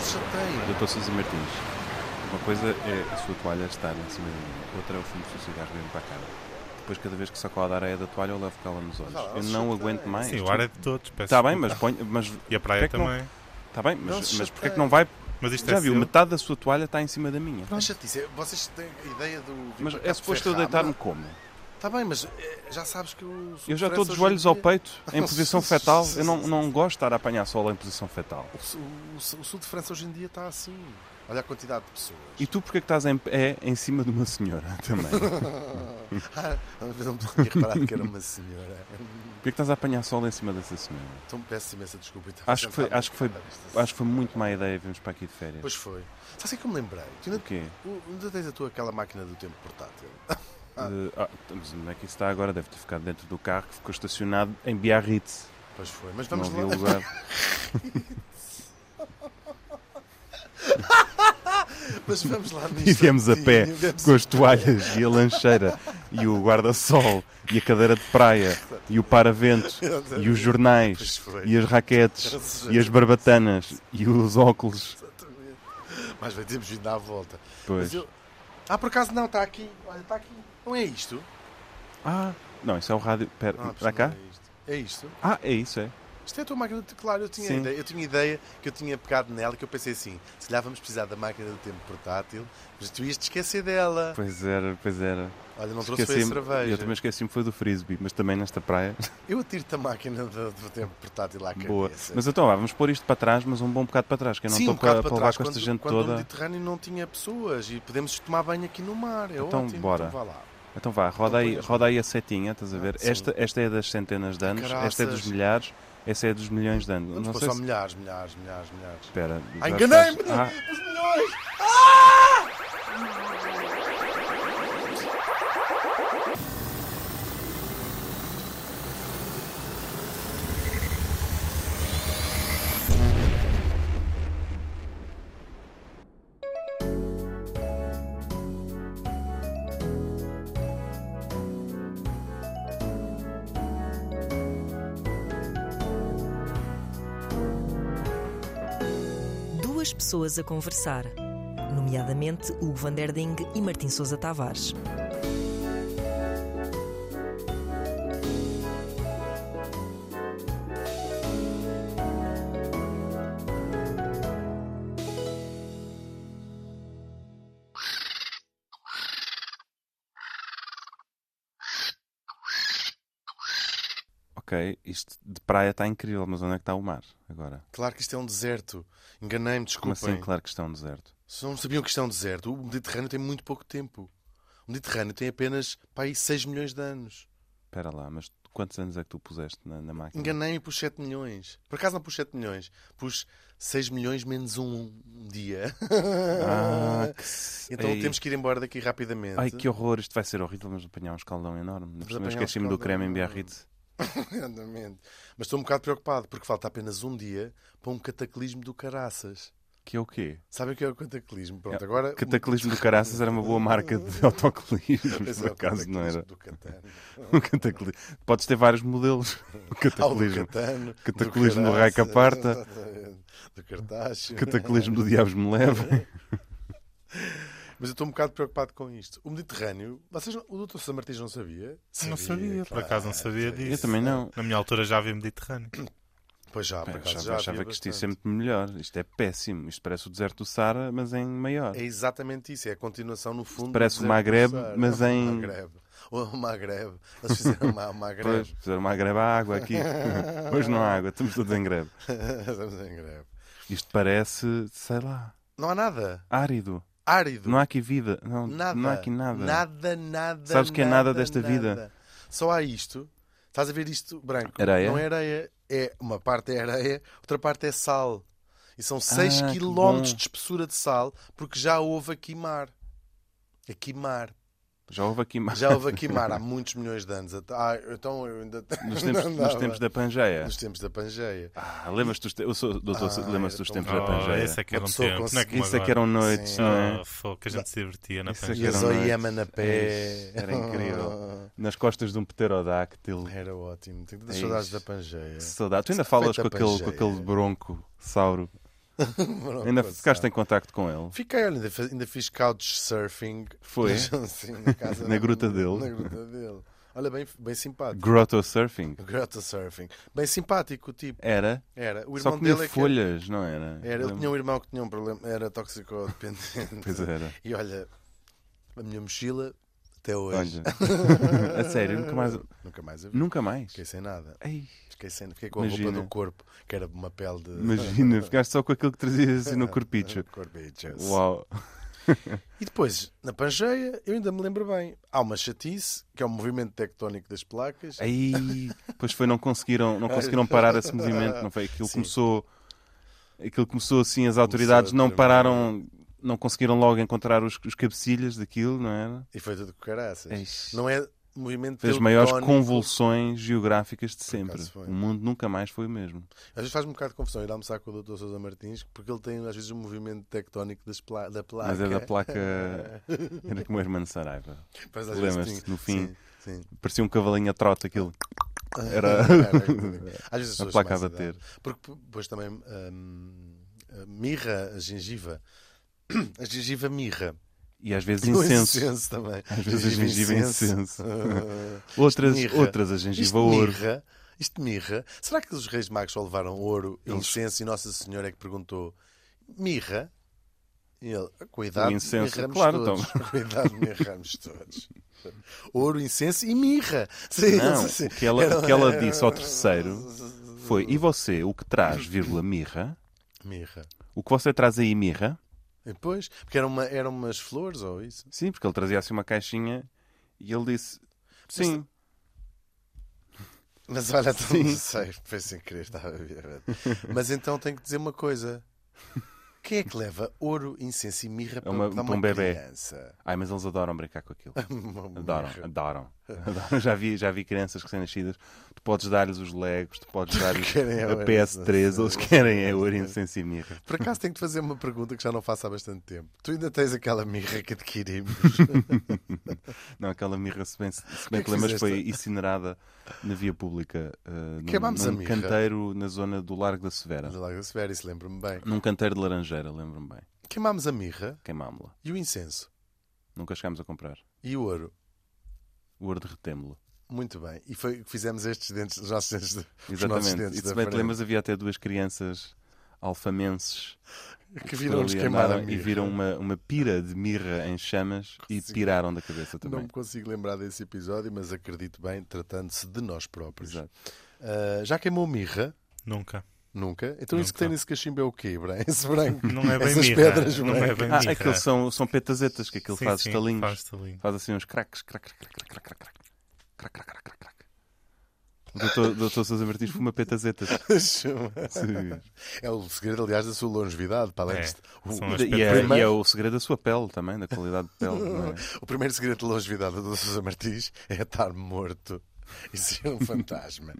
chateia. Doutor Sousa Martins, uma coisa é a sua toalha estar em cima de mim, outra é o fumo do seu cigarro mesmo para a cara. Depois, cada vez que saco a areia da toalha, eu levo cala nos olhos. Ah, eu se não chateia. aguento mais. Sim, o ar é de todos. peço Está Tá bem, desculpa. mas ponho. Mas, E a porque praia é que não- também. Está bem, Não mas, se mas porque é que chateia. não vai. Mas isto Já é viu, seu. metade da sua toalha está em cima da minha. Não é chatice. Vocês têm a ideia do. Mas é suposto eu deitar-me como? Está bem, mas eh, já sabes que eu. sou Eu já diferente estou de hoje em joelhos ao dia. peito, em posição fetal. Eu não, não gosto de estar a apanhar sol em posição fetal. O, su- o su- o sul de França hoje em dia está assim. Olha a quantidade de pessoas. E tu porque é que estás em pé em cima de uma senhora também? Porquê Ah, eu não tinha reparado que era uma senhora. que estás a apanhar sol em cima dessa senhora? Então peço imensa desculpa. então, Acho que foi- sentar-me acho que foi- a isto. Acho que foi muito má ideia virmos para aqui de férias. Pois foi. Sabe o que é que eu me lembrei? Tu O ainda, quê? o- ainda tens a tua aquela máquina do tempo portátil. Ah. De- ah, mas onde é que isso está agora? Deve ter ficado dentro do carro que ficou estacionado em Biarritz. Pois foi. Mas Não vamos havia lá. lugar. Mas vamos lá nisto. E viemos a pé Viemos- com as toalhas e a lancheira e o guarda-sol e a cadeira de praia e o paravento e os Pois jornais foi. e as raquetes e as barbatanas e os óculos. Exatamente. Mas vai termos vindo à volta. Mas Pois. eu- Ah, por acaso não, está aqui. Olha, está aqui. Não é isto? Ah, não, isso é o rádio. Pera, Ah, pois para não cá? É isto. É isto? Ah, é isso, é. Isto é a tua máquina do tempo. Claro, eu tinha, Sim. ideia, eu tinha ideia que eu tinha pegado nela que eu pensei assim: se lá vamos precisar da máquina do tempo portátil, mas tu ias te esquecer dela. Pois era, pois era. Olha, não trouxe foi a Esqueci-me- cerveja. Eu também esqueci-me, foi do frisbee, mas também nesta praia. Eu atiro-te a máquina do, do tempo portátil à cabeça. Boa. Mas então vá, vamos pôr isto para trás, mas um bom bocado para trás, que eu não Sim, estou um para, bocado para, para levar trás, com esta quando, gente quando o toda. Mediterrâneo não tinha pessoas e podemos tomar banho aqui no mar. É Então, ótimo. bora. Então, vá lá. Então vá, roda Então aí, põe as- roda aí a setinha, estás a ver? sim. esta, esta é das centenas de anos, esta é dos Caraças. milhares, essa é dos milhões de anos. Vamos não pôr sei só se... milhares, milhares, milhares, milhares. Espera. já Ah, enganei-me! estás- Ah, Os milhões! Duas pessoas a conversar, nomeadamente Hugo van der Ding e Martin Sousa Tavares. Ah, ok, isto de praia está incrível, mas onde é que está o mar agora? Claro que isto é um deserto. Enganei-me, Como desculpem. assim, claro que está um deserto? Se não sabiam que isto é um deserto, o Mediterrâneo tem muito pouco tempo. O Mediterrâneo tem apenas para aí 6 milhões de anos. Espera lá, mas quantos anos é que tu puseste na, na máquina? Enganei-me por 7 milhões. Por acaso não pus 7 milhões. Pus 6 milhões menos um dia. Ah, que se- então ei. temos que ir embora daqui rapidamente. Ai que horror, isto vai ser horrível, vamos apanhar um escaldão enorme. Ainda por cima apanhar um Esqueci-me do escaldão creme em enorme. Biarritz. Exatamente. Mas estou um bocado preocupado porque falta apenas um dia para um cataclismo do caraças. Que é o quê? Sabem o que é o cataclismo? Pronto, É, agora. um Cataclismo do Caraças era uma boa marca de autocolismo, Pois é, por o acaso não cataclismo era? Do Catano. O cataclismo. Podes ter vários modelos. O Ah, o do cataclismo. Catano. do Cataclismo do Caraças, Rai Caparta. exatamente, Do Cartaxo. Cataclismo do Diabos me leva. Mas eu estou um bocado preocupado com isto. O Mediterrâneo, vocês, não- o Dr. São Martins não sabia? Não sabia, por acaso não sabia disso. Eu também não. Na minha altura já havia Mediterrâneo. Pois já, por Pá, eu acaso achava, já achava havia que isto ia bastante. ser muito melhor. Isto é péssimo. Isto parece o deserto do Sara, mas em maior. É exatamente isso, é a continuação no fundo. Parece do o deserto Magreb, do Saara. mas em- O Magreb. Ou o Magreb. Eles fizeram uma, uma Pois, greve. fizeram uma greve à água aqui. Hoje não há água, estamos todos em greve. Estamos em greve. Isto parece, sei lá, Não há nada. árido. Árido. Não há aqui vida. Não, Nada. não há aqui nada. é Nada, nada. Sabes que é nada desta vida? Só há isto. Estás a ver isto branco? Areia? Não é areia. É, uma parte é areia, outra parte é sal. E são 6 Ah, que km bom. de espessura de sal, porque já houve aqui mar. Aqui mar. Já houve aqui mais. Já houve aqui mar há muitos milhões de anos. at- Ah, então eu ainda. Nos tempos, não nos dava. tempos da Pangeia. Nos tempos da Pangeia. Ah, lembras-te dos, te... eu sou- doutor, Ah, lembras-te era dos tão tempos da Oh, Pangeia? esse é que era um Uma pessoa tempo. Não é como Isso é que agora. eram noites, Sim. não é? Oh, fogo, que a gente se divertia na Isso é que E Era a Pangeia. Zoiama na pé. Ixi, era incrível. Nas costas de um pterodáctilo. Era ótimo. Tenho tantas É saudades isso. é da Pangeia. Que saudade. Tu ainda falas com Feita aquele, com Pangeia. Oh, aquele bronco sauro Verão Ainda passado. ficaste em contacto com ele. Fiquei, olha, ainda, fa- ainda fiz couchsurfing. Foi? Sim, na, casa Na gruta dele. Na gruta dele. Olha, bem, bem simpático. Grotto surfing. Grota surfing. Bem simpático o tipo. Era. Era. O irmão Só dele comia é que- folhas, não era? Era, ele tinha um irmão que tinha um problema, era toxicodependente. Pois é. era. E olha, a minha mochila, até hoje, Olha. a sério, nunca mais. nunca mais a vi. Nunca mais. Fiquei sem nada. Ei, Fiquei, sem, fiquei com a roupa Imagina. do corpo, que era uma pele de. imagina, ficaste só com aquilo que trazias assim no corpicho. Corpichos. Uau. E depois, na Pangeia, eu ainda me lembro bem. Há uma chatice, que é o movimento tectónico das placas. Aí, pois foi, não conseguiram, não conseguiram parar esse movimento, não foi? Aquilo Sim. começou, aquilo começou assim, as autoridades a não tremer. pararam, não conseguiram logo encontrar os, os cabecilhas daquilo, não era? E foi tudo com caraças. Eish. Não é movimento Das tectónico. maiores convulsões geográficas de sempre. acaso foi. O mundo nunca mais foi o mesmo. Às vezes faz-me um bocado de confusão ir almoçar com o Dr. Sousa Martins, porque ele tem às vezes um movimento tectónico das pla... da placa. Mas é da placa. Era como o Hermano Saraiva. Mas às vezes Lembras-te, tinha- no fim? Sim, sim. Parecia um cavalinho a trote aquilo. Era- às vezes as A pessoas placa a mais bater. idade. Porque depois também hum, a mirra, a gengiva. A gengiva mirra. E às vezes E o incenso. incenso também. Às vezes a gengiva é incenso. Ah, Outras, mirra. outras a gengiva isto ouro. mirra. Isto mirra. Será que os reis magos só levaram ouro e Eles- incenso e Nossa Senhora é que perguntou mirra? E ele, cuidado, O incenso, mirramos claro, então." todos. Cuidado, mirramos todos. Ouro, incenso e mirra. Sim, Não, sim. o que ela, o que ela disse ao terceiro foi: E você, o que traz, vírgula, mirra? Mirra. O que você traz aí, mirra? E depois, porque eram, uma, eram umas flores ou isso. Sim, porque ele trazia assim uma caixinha e ele disse: Sim, Mas olha, então, não sei, foi sem querer, estava a ver. Mas então tenho que dizer uma coisa. Quem é que leva ouro, incenso e mirra para, uma- dar para um uma bebé. criança? ai, mas eles adoram brincar com aquilo. Uma Adoram, mirra. adoram. adoram. Já, vi, já vi crianças recém-nascidas. Tu podes dar-lhes os Legos, tu podes dar-lhes Querem é a ouro, PS3, eles querem a ouro, incenso e mirra. Por acaso tenho que te fazer uma pergunta que já não faço há bastante tempo. Tu ainda tens aquela mirra que adquirimos? Não, aquela mirra, se bem, se bem que te lembras, fizeste? foi incinerada na via pública. eh, num- Queimámos a num mirra. canteiro na zona do Largo da Severa. Olha lá, eu espero, isso lembro-me bem. Num canteiro de laranjeira, lembro-me bem. Queimámos a mirra Queimámo-la. e o incenso Nunca chegámos a comprar. e o ouro. O ouro derretemo-lo. Muito bem. E foi o que fizemos estes dentes, os nossos dentes. de- os nossos Exatamente. dentes E da se bem te frente. lembras, havia até duas crianças alfamenses que viram-nos por ali queimar a andaram mirra. e viram um- uma, uma pira de mirra em chamas e Sim. piraram da cabeça Não também. me consigo lembrar desse episódio, mas acredito bem, tratando-se de nós próprios. Exato. Ah, já queimou mirra? Nunca. Nunca? Então isso que Nunca. tem nesse cachimbo é o quê, Brian? Esse branco? Não é bem Essas mirra. pedras não é brancas. bem Ah, mirra. aqueles são, são petazetas que aquilo Sim, faz sim, estalinhos. Faz Faz... estalinhos. assim uns craques, craques, craques, craques, craques, craques, craques, craques, craques, craques. O doutor, doutor Sousa Martins fuma petazetas. Sim. é o segredo, aliás, da sua longevidade. Para além É, de- o, são as E é, Primeiro- e é o segredo da sua pele também, da qualidade de pele. não é? o primeiro segredo de longevidade do Sousa Martins é estar morto. E ser um fantasma.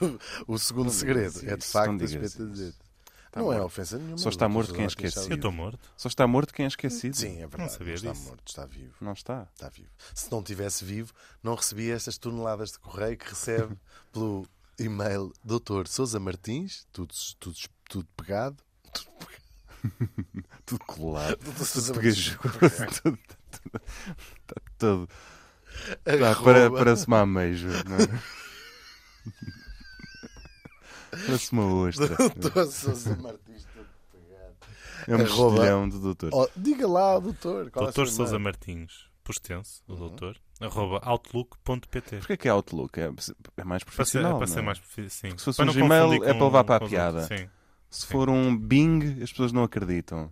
O, o segundo segredo é de isso, facto não as digas isso. petazetas. Está Não é morto. ofensa nenhuma. Só está doutor morto quem é Sousa Martins está Eu esquecido. vivo. estou morto. Só está morto quem é esquecido. Sim, é verdade. Não, sabia está disso. morto, está vivo. Não está. Está vivo. Se não tivesse vivo, não recebia estas toneladas de correio que recebe pelo e-mail Dr. Sousa Martins, tudo, tudo, tudo pegado. Tudo pegado. Tudo colado. Dr. Sousa Pegajoso. tudo- tudo- Está todo. Tá, Arroba. para, parece uma ameijo. não é? parece uma ostra. Dr. Sousa Martins, tudo pegado. É um Arroba. estilhão do doutor. Oh, diga lá, doutor. Qual Doutor é o seu Sousa e-mail? Martins, postense, o doutor, arroba outlook.pt. Porquê que Uhum. é Outlook? É, é mais Para ser, é profissional. para ser não é? mais profi- sim. Porque se fosse Para um não Gmail, confundir é com- para levar para a com os piada. outros, Sim. Se for um Bing, as pessoas não acreditam.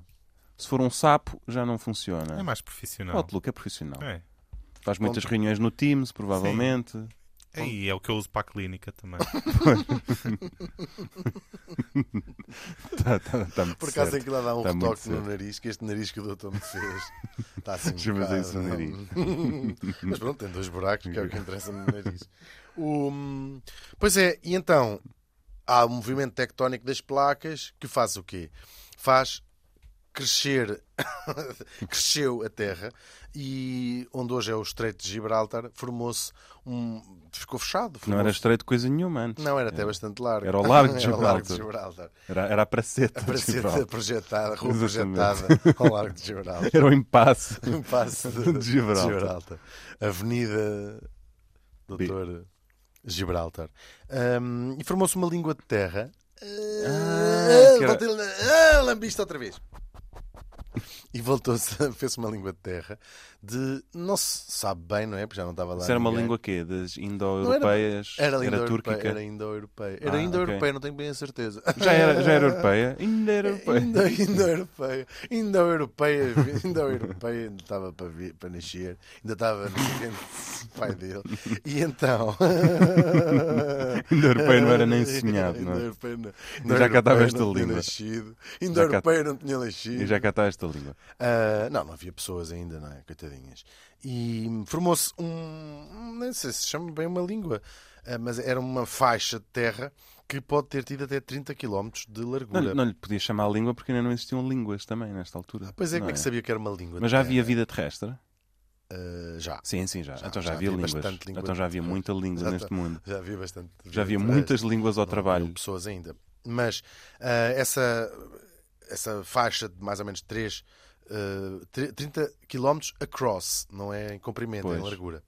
Se for um sapo, já não funciona. É mais profissional. Outlook é profissional. É. Faz muitas reuniões no Teams, provavelmente. E é o que eu uso para a clínica também. Tá, tá, tá muito Por acaso certo. tem que lá dar um Está muito retoque no certo. nariz, que este nariz que o doutor me fez está assim. um Deixa-me fazer isso no nariz. Mas pronto, tem dois buracos, que é o que interessa no nariz. O, hum, pois é, e então há o movimento tectónico das placas que faz o quê? Faz crescer, cresceu a terra e onde hoje é o Estreito de Gibraltar, formou-se um. ficou fechado. Não era formou-se- estreito coisa nenhuma antes. Não, era até bastante largo. Era o Largo de Era o Largo de Gibraltar. Gibraltar. Era, era a praceta. A de praceta Gibraltar. projetada, a rua Exatamente. projetada ao Largo de Gibraltar. Era o impasse. Um passo de, De Gibraltar. de Gibraltar. Avenida Doutor Gibraltar. Ahm, e formou-se uma língua de terra. Ah, Ah, que era- voltei- ah, lambiste outra vez. E voltou-se, fez-se uma língua de terra de. Não se sabe bem, não é? Porque já não estava lá. Isso era uma ninguém. língua quê? Das Não era- indo-europeias? Era, turca? indo-europeia. Era indo-europeia. Era Ah, indo-europeia, ok. não tenho bem a certeza. Já era, já era europeia? Ainda era europeia. Indo- Indo-europeia, indo-europeia, indo-europeia, ainda estava para, vi- para nascer, ainda estava no evento do pai dele. E então. Indo-europeia não era nem sonhado, não é? Indo-europeia não. Já cá Indo-europeia estava esta não tinha língua. nascido. Indo-europeia não tinha nascido. E já cá está esta língua. Ah, não, não havia pessoas ainda, não é? Coitadinhas. E formou-se um. Não sei se chama bem uma língua, ah, mas era uma faixa de terra que pode ter tido até 30 km de Não, largura. lhe- não lhe podia chamar língua porque ainda não existiam línguas também nesta altura. Pois é, não como é que É, sabia que era uma língua? Mas de já terra? havia vida terrestre? Ah, já. Sim, sim, já. Já- então já, já havia, havia línguas. bastante língua Então já havia terrestre. muita língua Já neste tá- mundo. Já havia bastante. Já havia Não muitas línguas ao haviam trabalho. pessoas ainda. Mas ah, essa, essa faixa de mais ou menos ah, 3, 30 km across, não é em comprimento, é Pois. em largura.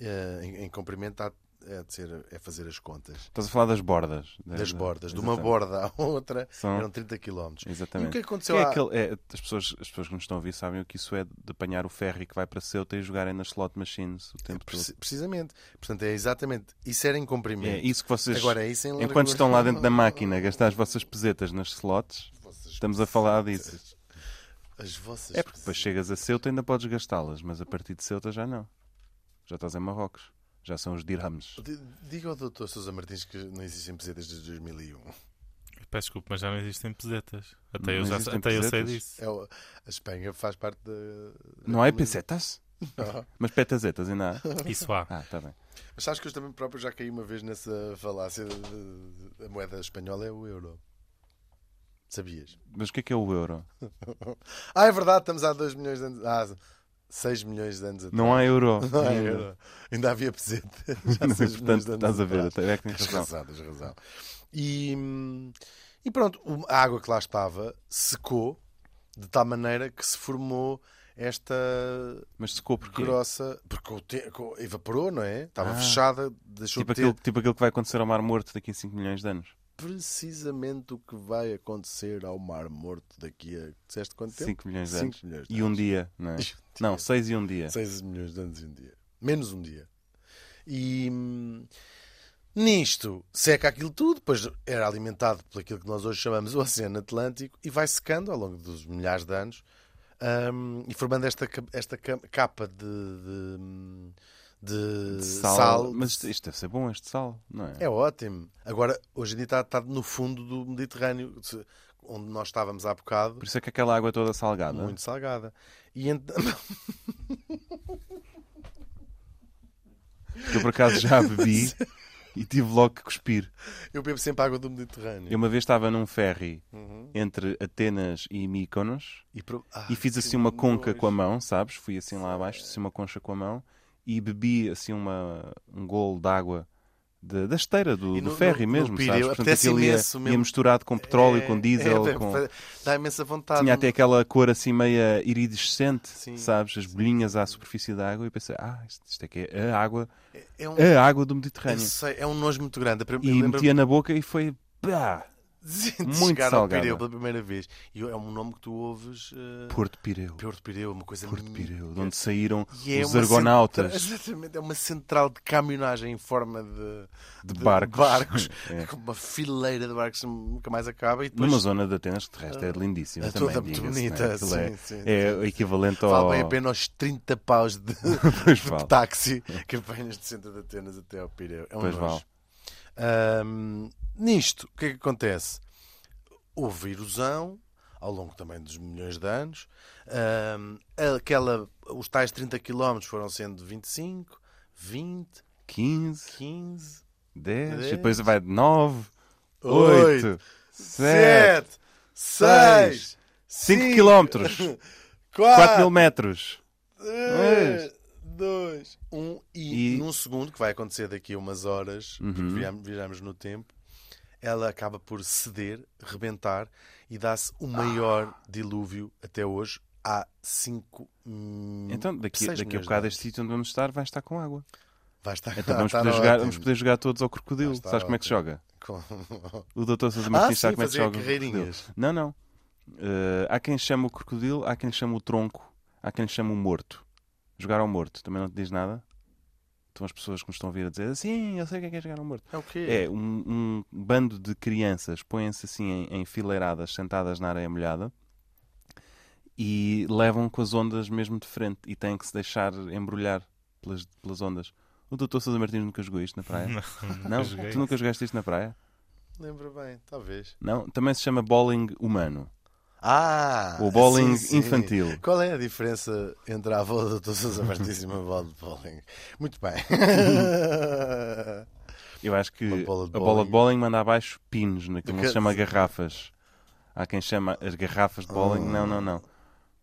Ah, em, em comprimento há- é, de ser, é fazer as contas. Estás a falar das bordas. Da- Das da- bordas, de uma É, exatamente. borda à outra, São- eram 30 km. E Exatamente. o que aconteceu É à- aquele- é, as, pessoas, as pessoas que nos estão a ouvir sabem que isso é de apanhar o ferry que vai para Ceuta e jogarem nas slot machines o tempo todo. Preci- Precisamente. Portanto, é exatamente. Isso era em É comprimento. isso que vocês. Agora é isso em largura. é. Enquanto estão lá dentro da máquina a gastar as vossas pesetas nas slots, estamos a falar disso. As vossas. É porque depois chegas a Ceuta e ainda podes gastá-las, mas a partir de Ceuta já não. Já estás em Marrocos. Já são os dirhams. D- Diga ao Dr. Sousa Martins que não existem pesetas desde 2001. Peço desculpa, mas já não existem pesetas. Não Até, eu, já, existem até eu sei pesetas? disso. É o- a Espanha faz parte da. da Não há comunidade. pesetas? Não. Mas petazetas ainda há? Isso há. Ah, está bem. Mas sabes que eu também próprio já caí uma vez nessa falácia. de- de- A moeda espanhola é o euro. Sabias? Mas o que é que é o euro? Ah, é verdade, estamos há 2 milhões de anos. Ah, 6 milhões de anos atrás. Não há euro. Não há euro. Ainda havia peseta. Já há Não, seis milhões de anos portanto, estás a ver, atrás. até é que tens Tens razão. razão, tens razão. E, hum, e pronto, o- a água que lá estava secou de tal maneira que se formou esta Mas secou porque grossa. Porque o te- co- evaporou, não é? Estava Ah. fechada, deixou tipo de ter aquilo, tipo aquilo que vai acontecer ao Mar Morto daqui a 5 milhões de anos. precisamente o que vai acontecer ao Mar Morto daqui a. Disseste quanto tempo? 5 milhões de Cinco anos. milhões de E um anos. dia, não é? E um dia. Não, 6 e um dia. 6 milhões de anos em um dia. Menos um dia. E hum, nisto seca aquilo tudo, depois era alimentado por aquilo que nós hoje chamamos o Oceano Atlântico e vai secando ao longo dos milhares de anos hum, e formando esta, ca- esta ca- capa de, de- hum, de De sal. sal. Mas isto, isto deve ser bom, este sal, não é? É ótimo. Agora, hoje em dia está, está no fundo do Mediterrâneo, se- onde nós estávamos há bocado, Por isso é que aquela água é toda salgada. muito salgada. E então. Porque eu por acaso já a bebi e tive logo que cuspir. Eu bebo sempre água do Mediterrâneo. Eu uma vez estava num ferry Uhum. entre Atenas e Mykonos E, pro- Ah, e fiz que assim uma conca nojo. com a mão, sabes? Fui assim lá abaixo, fiz assim uma concha com a mão e bebi assim uma, um golo de água de- da esteira do, E do no- ferry no- no mesmo, Pireu sabes? Portanto, apetece aquilo ia, imenso mesmo. ia misturado com petróleo, com diesel, é, com... fa- Dá imensa vontade. Tinha até aquela cor assim meia iridescente, Sim, sabes? As bolinhas à superfície da água e pensei, ah, isto, isto é que é a água, É um, a água do eu Mediterrâneo. sei, é um nojo muito grande. Eu E lembro-me metia na boca e foi, pá, de muito chegar ao salgada. Pireu pela primeira vez. E é um nome que tu ouves. eh, Porto Pireu. Porto Pireu, uma coisa Porto muito- Pireu, de onde saíram E é os uma argonautas centra- Exatamente, é uma central de caminhonagem em forma de, de barcos. barcos. É. com Uma fileira de barcos que nunca mais acaba. E depois Numa zona de Atenas que de resto é lindíssima é também. toda muito diga-se, bonita, não é? Aquilo é- sim, sim, é o equivalente ao... vale bem a pena os 30 paus de, Pois de vale. táxi que apanhas de centro de Atenas até ao Pireu. É um Pois nojo. vale. Ahm, nisto, o que é que acontece? Houve erosão ao longo também dos milhões de anos. Ahm, aquela, os tais 30 km foram sendo 25, 20, 15, 15, 10, Dez. e depois vai de 9, Oito, 8, 7, 6, 5 Sim. km, Ah! 4 mil metros. 3, 2, 1 e, E- Uhum. num segundo, que vai acontecer daqui a umas horas, porque viam- viajamos no tempo, ela acaba por ceder, rebentar e dá-se o maior Ah. dilúvio até hoje há 5 Hum. Então, daqui, daqui a bocado, este sítio onde vamos estar vai estar com água. Vai estar, Então vamos, estar poder jogar, Tá ótimo. vamos poder jogar todos ao crocodilo. Ah, está Sabes como é que se joga? Com- O doutor Sousa sim, Martins sabe como é que se fazer joga? o crocodilo. carreirinhas. Não, não. Eh, há quem chama o crocodilo, há quem chama o tronco, há quem chama o morto. Jogar ao morto também não te diz nada? Estão as pessoas que me estão a vir a dizer assim, eu sei o que é que é jogar ao morto. É o quê? É, um, um bando de crianças põem-se assim em, em fileiradas, sentadas na areia molhada e levam com as ondas mesmo de frente e têm que se deixar embrulhar pelas, pelas ondas. O doutor Sousa Martins nunca jogou isto na praia? Não, Ah, não? Hum, joguei. Tu nunca jogaste isto na praia? Lembra bem, talvez. Não? Também se chama bowling humano. Ah! O bowling sim, sim. infantil. Qual é a diferença entre a avó do Dr. Sousa Martins e uma bola de bowling? Muito bem. Eu acho que Uma bola de a bola bowling. de bowling manda abaixo pinos, naquilo que Porque- se chama garrafas. Há quem chama as garrafas de bowling, não, não, não.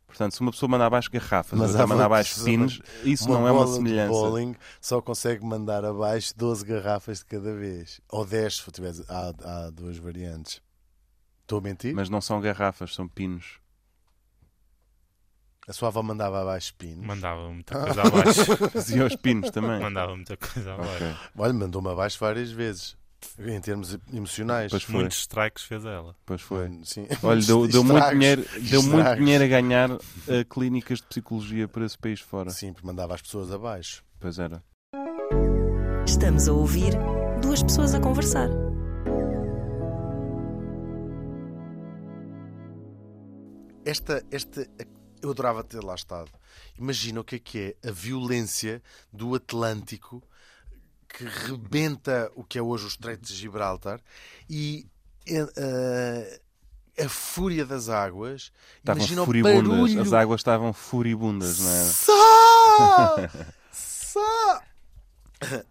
Portanto, se uma pessoa manda abaixo garrafas, Mas outra há manda abaixo pessoas- pinos, isso não é bola uma de semelhança. bowling só consegue mandar abaixo 12 garrafas de cada vez. Ou 10, se tiveres. Há, há duas variantes. Estou a mentir? Mas não são garrafas, são pinos. A sua avó mandava abaixo pinos. Mandava muita coisa abaixo. Faziam os pinos também. Mandava muita coisa abaixo. Ah. Ok. Olha, mandou-me abaixo várias vezes. Em termos emocionais. Pois foi, Muitos strikes fez a ela. pois foi. Sim. Olha, deu, deu muito Estragos. dinheiro, deu muito Estragos. dinheiro a ganhar a clínicas de psicologia para esse país fora. Sim, porque mandava as pessoas abaixo. Pois era. Estamos a ouvir duas pessoas a conversar. esta, esta, eu adorava ter lá estado. Imagina o que é que é a violência do Atlântico que rebenta o que é hoje o Estreito de Gibraltar e eh, eh, a fúria das águas. Estavam Imagina furibundas. o barulho. As águas estavam furibundas, não é? era? Sá! Sá!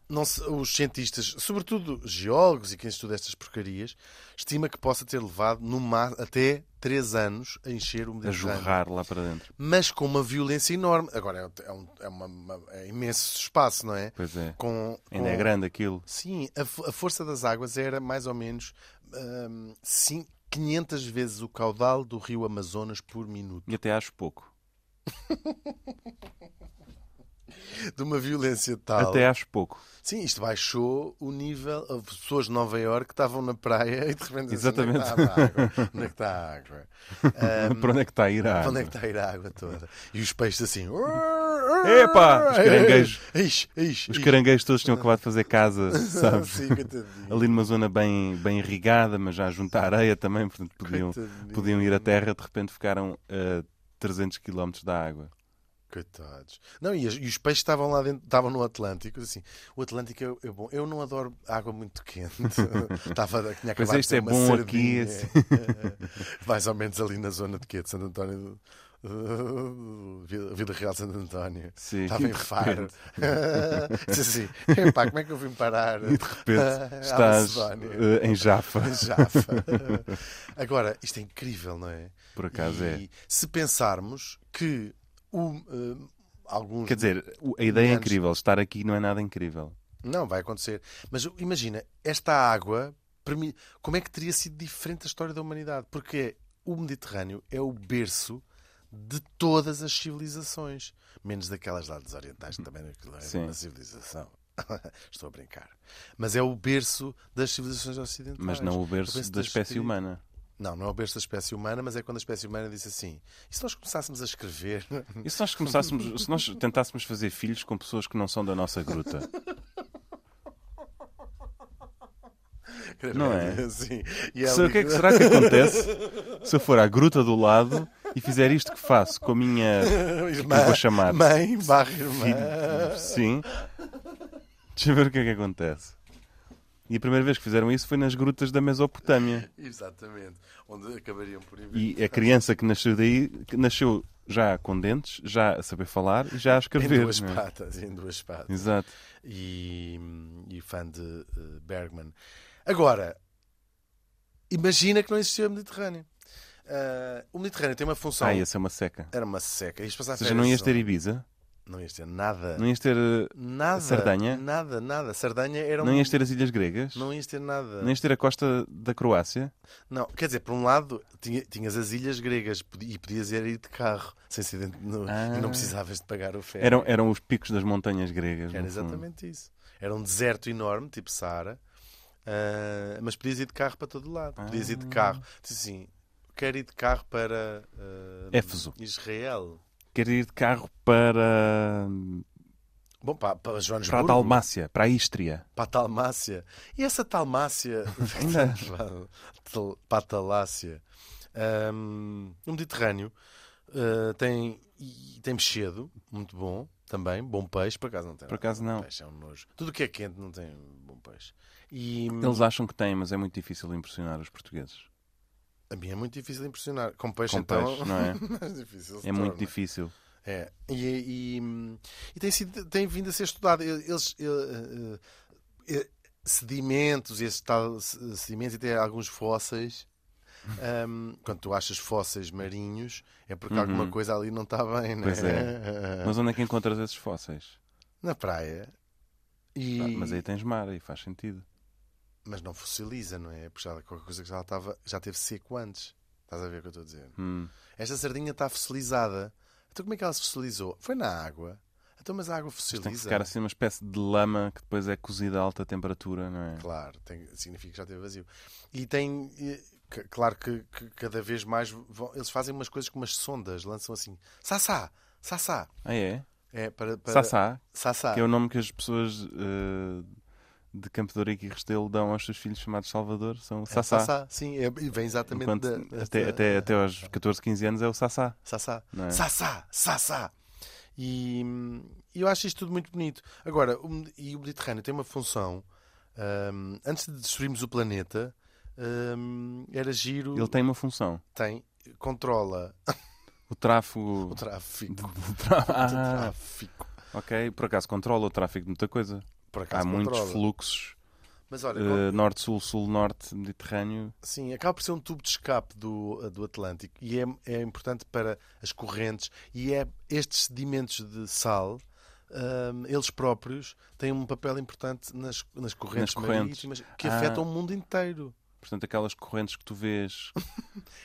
Não se- os cientistas, sobretudo geólogos e quem estuda estas porcarias, estima que possa ter levado no ma- até 3 anos a encher o A Mediterrâneo jorrar lá para dentro. mas com uma violência enorme. Agora é, um, é, uma- uma- é imenso espaço, não é? Pois é. Com, Ainda é com- grande aquilo. Sim, a, fo- a força das águas era mais ou menos hum, cin- 500 vezes o caudal do rio Amazonas por minuto. E até acho pouco. De uma violência tal. Até acho pouco. Sim, isto baixou o nível. Houve pessoas de Nova Iorque que estavam na praia e de repente dizem, Exatamente. Onde é que está a água? Onde é que está a água? para onde é que está a ir a Hum. Para onde é que está água? a ir a água toda? E os peixes assim. Epá, os caranguejos. Ixi, ixi, Os ixi. caranguejos todos tinham acabado de fazer casa, sabes? Sim, coitadinho. Ali numa zona bem, bem irrigada, mas já junto à areia também, portanto podiam, Coitadinho. podiam ir à terra, de repente ficaram a 300 km da água. Coitados. Não, e, as- e os peixes estavam lá dentro, estavam no Atlântico, assim. O Atlântico é, é bom. Eu não adoro água muito quente. Estava, tinha Pois acabado de este ter é uma bom sardinha. aqui, Mais ou menos ali na zona de quê? De Santo António. do- Vila Vila Real de Santo António. Sim, Estava e em de Faro. Disse assim: Epá, como é que eu vim parar? E de repente À estás Macedónia. eh, em Jafa. Jafa. Agora, isto é incrível, não é? Por acaso é. E se pensarmos que o, eh, alguns. Quer dizer, o- a ideia é Milhares. incrível, estar aqui não é nada incrível. Não, vai acontecer. Mas imagina, esta água. permi- Como é que teria sido diferente a história da humanidade? Porque é o Mediterrâneo é o berço de todas as civilizações. Menos daquelas lá dos orientais, que também não é Sim. uma civilização. Estou a brincar. Mas é o berço das civilizações ocidentais. Mas não o berço berço da das espécie tri- humana. Não, não é o berço da espécie humana, mas é quando a espécie humana disse assim: e se nós começássemos a escrever? E se nós começássemos, se nós tentássemos fazer filhos com pessoas que não são da nossa gruta? Não é? Assim. E Se- o que é que será que acontece se eu for à gruta do lado e fizer isto que faço com a minha Irmã, eu vou chamar? Mãe barra irmã. filha? Sim. Deixa eu ver o que é que acontece. E a primeira vez que fizeram isso foi nas grutas da Mesopotâmia. Exatamente. Onde acabariam por inventar. E a criança que nasceu daí que nasceu já com dentes, já a saber falar e já a Em escrever. duas não é? patas, em duas patas. Exato. E, e fã de eh, Bergman. Agora, imagina que não existia o Mediterrâneo. Ah, o Mediterrâneo tem uma função. Ah, ia ser uma seca. Era uma seca. Ias passar Ou seja, férias não ias ter onde? Ibiza, Não ias ter nada. não ias ter, eh, Nada. Sardanha? Nada, nada. Sardanha era um... não ias ter as Ilhas Gregas, Não ias ter nada. não ias ter a costa da Croácia. Não, quer dizer, por um lado, tinha- tinhas as ilhas gregas podi- e podias ir aí de carro sem ser dentro no- Ah. um- e não precisavas de pagar o ferro. Eram, eram os picos das montanhas gregas. É. Era no fundo. exatamente isso. Era um deserto enorme, tipo Saara, ah, mas podias ir de carro para todo lado. Podias ir Ah. de carro. Diz assim, quero ir de carro para ah, Éfeso. Israel. Quero ir de carro para, hum, Bom, para, para Joanesburgo. para a Dalmácia, para a Ístria. Para a Talmácia. E essa Talmácia? Ainda. Tal- para a Talácia. Ahm, ah, no Mediterrâneo ah, tem, e tem mexedo, muito bom também. Bom peixe, por acaso não tem. Por nada. acaso não. Peixe é um nojo. Tudo o que é quente não tem bom peixe. E Eles acham que têm, mas é muito difícil impressionar os portugueses. a mim é muito difícil de impressionar. Com peixe, Com então. peixe, não é? mais difícil se É muito torna. difícil. É. E, e- e tem, sido- tem vindo a ser estudado. Eles. eh, eh, eh, sedimentos, esse tal se- sedimentos e até alguns fósseis. Ahm, quando tu achas fósseis marinhos, é porque Uhum. alguma coisa ali não está bem, né? não Pois é? Mas onde é que encontras esses fósseis? Na praia. E- Ah, mas aí tens mar, aí faz sentido. mas não fossiliza, não é? Porque já, qualquer coisa que já, estava, já teve seco antes. Estás a ver o que eu estou a dizer? Hum. Esta sardinha está fossilizada. Então como é que ela se fossilizou? Foi na água. Então, mas a água Mas tem que fossiliza. ficar assim uma espécie de lama que depois é cozida a alta temperatura, não é? Claro, tem- significa que já teve vazio. E tem. eh, c- Claro que, que cada vez mais vão- eles fazem umas coisas com umas sondas, lançam assim. Sassá! Sassá! Ah, é? É para. para Ah. Sassá, Sassá. que é o nome que as pessoas eh, de Campo de Ourique e Restelo dão aos seus filhos chamados Salvador, são É Sassá. Sassá, Sim, é, e vem exatamente Enquanto da. até, da- até, até aos 14, 15 anos é o Sassá. Sassá. Não é? Sassá, Sassá. E hum, eu acho isto tudo muito bonito. Agora, o, Med- e o Mediterrâneo tem uma função. hum, antes de destruirmos o planeta, hum, era giro. Ele tem uma função. tem controla O tráfego. o tráfico. O tra- Ah, tráfico. ok. Por acaso controla o tráfego de muita coisa. Por Há acaso muitos controla. fluxos Mas olha, eh, norte-sul, sul-norte, mediterrâneo. sim, acaba por ser um tubo de escape do, do Atlântico e é, é importante para as correntes e é estes sedimentos de sal. hum, eles próprios têm um papel importante nas, nas correntes, Nas correntes. marítimas que Ah. afetam o mundo inteiro. Portanto, aquelas correntes que tu vês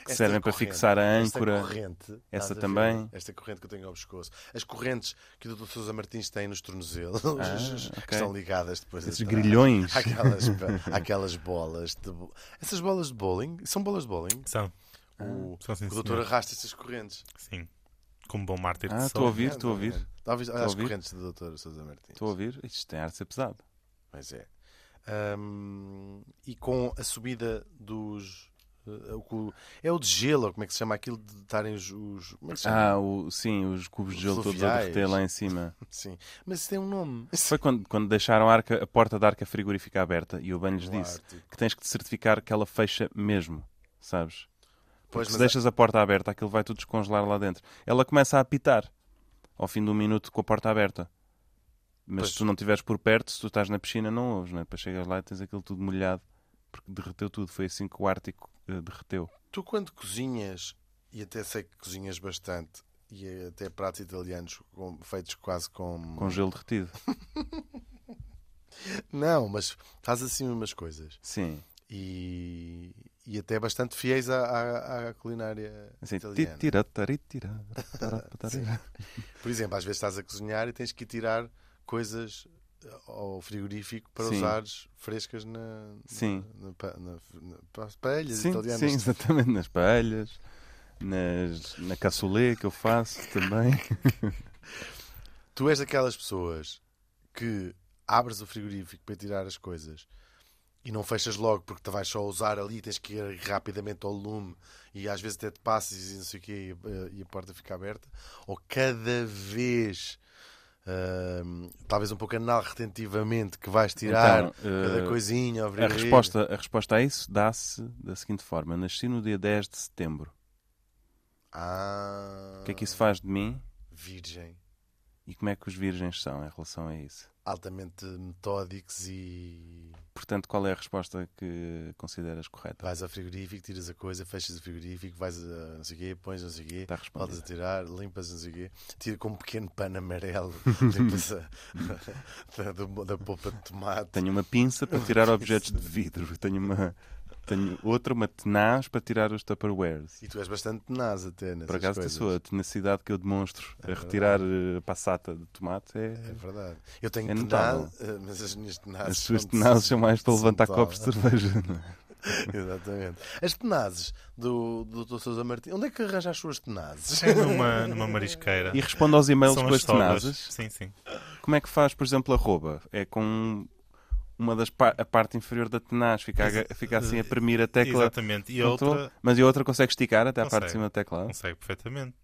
que Esta servem para corrente, fixar a âncora. Esta corrente. Essa estás a ver? também? Esta corrente que eu tenho ao pescoço. As correntes que o Dr. Sousa Martins tem nos tornozelos, Ah, que ok. estão ligadas depois Esses atrás. grilhões. Aquelas, aquelas bolas de. bo- Essas bolas de bowling? São bolas de bowling? São, Ah, O, são sim, o doutor senhor. arrasta essas correntes. Sim. Como bom mártir de Ah, sol. estou a ouvir, estou a É, ouvir. Está a ouvir? Olha a as ouvir. correntes do doutor Sousa Martins. Estou a ouvir. Isto tem ar de ser pesado. Mas é. Ahm, e com a subida dos. eh, o cu- É o de gelo, ou como é que se chama aquilo de estarem os. os- como é que se chama? Ah, o, sim, os cubos de gelo todos a Fluviais. derreter lá em cima. Sim. Mas isso tem um nome. Foi quando, quando deixaram a, arca- a porta da arca frigorífica aberta e o banho lhes No disse Ártico. que tens que te certificar que ela fecha mesmo, sabes? Pois, Porque se mas é- deixas a porta aberta, aquilo vai tudo descongelar lá dentro. Ela começa a apitar ao fim de um minuto com a porta aberta. Mas Pois. se tu não estiveres por perto, se tu estás na piscina, não ouves, não é? Depois chegas lá e tens aquilo tudo molhado, porque derreteu tudo. Foi assim que o Ártico eh, derreteu. Tu quando cozinhas, e até sei que cozinhas bastante, e é até pratos italianos com- feitos quase com... Com gelo derretido. Não, mas faz assim umas coisas. Sim. E, e até bastante fiéis à, à- à culinária Assim, italiana. titira, taritira, taratara. Por exemplo, às vezes estás a cozinhar e tens que tirar coisas eh, ao frigorífico para Sim. usares frescas na, Sim. na, pa- na- na- para as paelhas Sim, italianas. sim, exatamente. Nas paelhas, nas, na cassoulet que eu faço também. Tu és daquelas pessoas que abres o frigorífico para tirar as coisas e não fechas logo porque te vais só usar ali, tens que ir rapidamente ao lume e às vezes até te passas e não sei o quê e a- eh, e a porta fica aberta. Ou cada vez, hum, talvez um pouco anal retentivamente, que vais tirar Então, eh, cada coisinha ao A frigorífico. resposta, a resposta a isso dá-se da seguinte forma: nasci no dia 10 de setembro. Ah, O que é que isso faz de mim Virgem. e como é que os virgens são em relação a isso? altamente metódicos e Portanto, qual é a resposta que consideras correta? vais ao frigorífico, tiras a coisa, fechas o frigorífico, vais a não sei o quê, pões não sei o quê, Está voltas a respondida. tirar, limpas não sei o quê, tira com um pequeno pano amarelo, limpas a, da, da, da polpa de tomate. Tenho uma pinça para tirar objetos de vidro. Tenho uma tenho outra, uma tenaz para tirar os Tupperwares. E tu és bastante tenaz até nessas Por acaso, coisas. sou a tenacidade que eu demonstro a retirar eh, passata de tomate é. É verdade. Eu tenho É tenaz, eh, mas as minhas tenazes. As suas são de- tenazes são mais para são levantar tal. copos de cerveja. não é? Exatamente. As tenazes do, do Dr. Sousa Martins. Onde é que arranja as suas tenazes? É numa, numa marisqueira. E responde aos e-mails São com as todas. tenazes. Sim, sim. Como é que faz, por exemplo, arroba? É com uma das pa- a parte inferior da tenaz, fica, aga- fica assim a premir a tecla. Exatamente. E a Não tô- outra Mas a outra consegue esticar até à parte Consegue. de cima da tecla. consegue perfeitamente.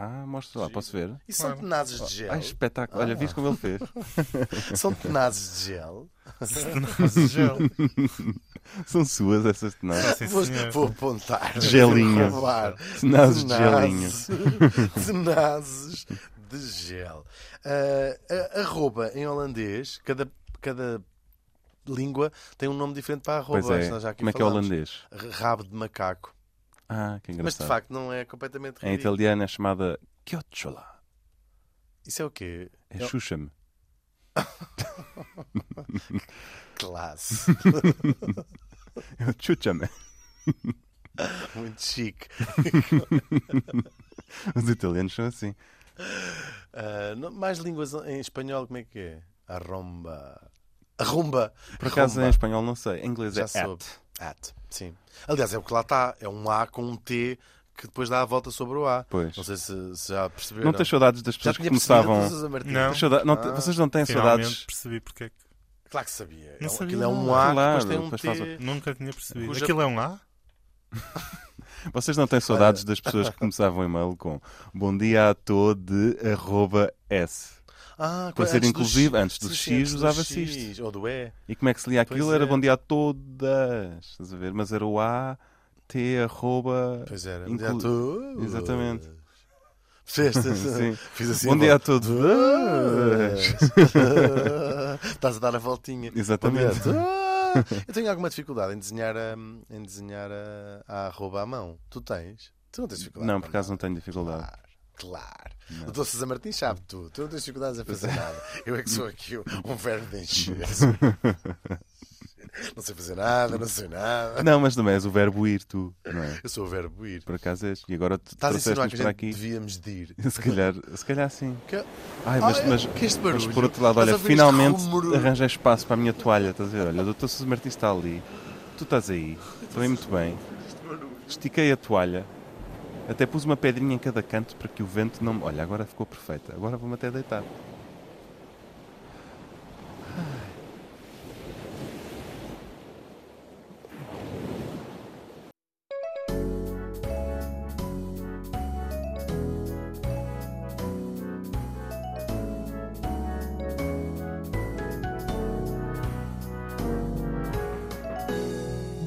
Ah, mostra lá, posso ver? E são Claro. tenazes de gel. Ai, espetáculo. Ah. Olha, viste como ele fez? São tenazes de gel. Tenazes de gel. São suas essas tenazes. Sim, vou, senhor. vou apontar. De gelinho. Vou roubar. Tenazes de gelinho. Tenazes- Tenazes de gel. Ah, a- arroba em holandês, cada, cada língua tem um nome diferente para a arroba. Pois é. Nós já aqui Como é que é o falámos. holandês? Rabo de macaco. Ah, que Mas de engraçado. facto não é completamente Em ridículo. italiano é chamada chiocciola. Isso é o quê? É É o- xuxa-me. Classe. É o chucha-me. Muito chique. Os italianos são assim. Ah, não- mais línguas em espanhol, como é que é? Arromba. Arromba. Por acaso Arromba. em espanhol não sei. Em inglês é Já at. soube. At. Sim. Aliás, é o que lá está. É um A com um T que depois dá a volta sobre o A. Pois. Não sei se, se já perceberam. Não tens saudades das já pessoas que tinha percebido, começavam. Sousa Martins? Não. Tens sauda- não te- Ah. Vocês não têm Finalmente saudades. percebi porque é que Claro que sabia. Não É um- sabia Aquilo é um nada. A que Claro, depois depois tem um faz T. nunca tinha percebido. Cuja- Aquilo é um A? Vocês não têm saudades das pessoas que começavam e-mail com bom dia a todo arroba s. Ah, Para antes ser do inclusivo, X. antes do Sim, sim, X antes do usava-se X, isto. Ou do E. E como é que se lia Pois aquilo? Era é. bom dia a todas. Estás a ver? Mas era o A, T, arroba. Pois era. Inclu- Bom dia a todos. Exatamente. Sim. Percebeste? Fiz assim. Bom a dia a volta. todas. Estás a dar a voltinha. Exatamente. Bom dia a todos. Eu tenho alguma dificuldade em desenhar a, em desenhar a, a arroba à mão. Tu tens? Tu não tens dificuldade? Não, para por acaso não nada. tenho dificuldade. Claro, claro. O Dr. Sousa Martins sabe tudo. Tu não tens dificuldades a fazer nada. Eu é que sou aqui um verbo de encher. Não sei fazer nada, não sei nada. Não, mas também és o verbo ir, tu, não é? Eu sou o verbo ir. Por acaso és. E agora tu Estás a insinuar trouxeste-nos que a para gente devíamos aqui. de ir. Se calhar, se calhar sim. Que- Ai, Ah, mas, é- mas, que este mas barulho? por outro lado, olha, Estás a ouvir finalmente este rumor? arranjei espaço para a minha toalha. Estás a ver? Olha, o Dr. Sousa Martins está ali. Tu estás aí. Estou aí muito bem. Estiquei a toalha. Até pus uma pedrinha em cada canto para que o vento não me. Olha, agora ficou perfeita. Agora vou-me até deitar.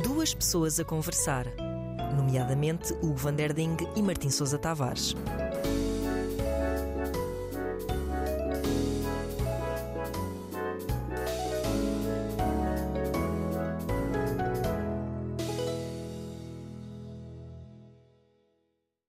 Duas pessoas a conversar, nomeadamente Hugo Van der Ding e Martim Sousa Tavares.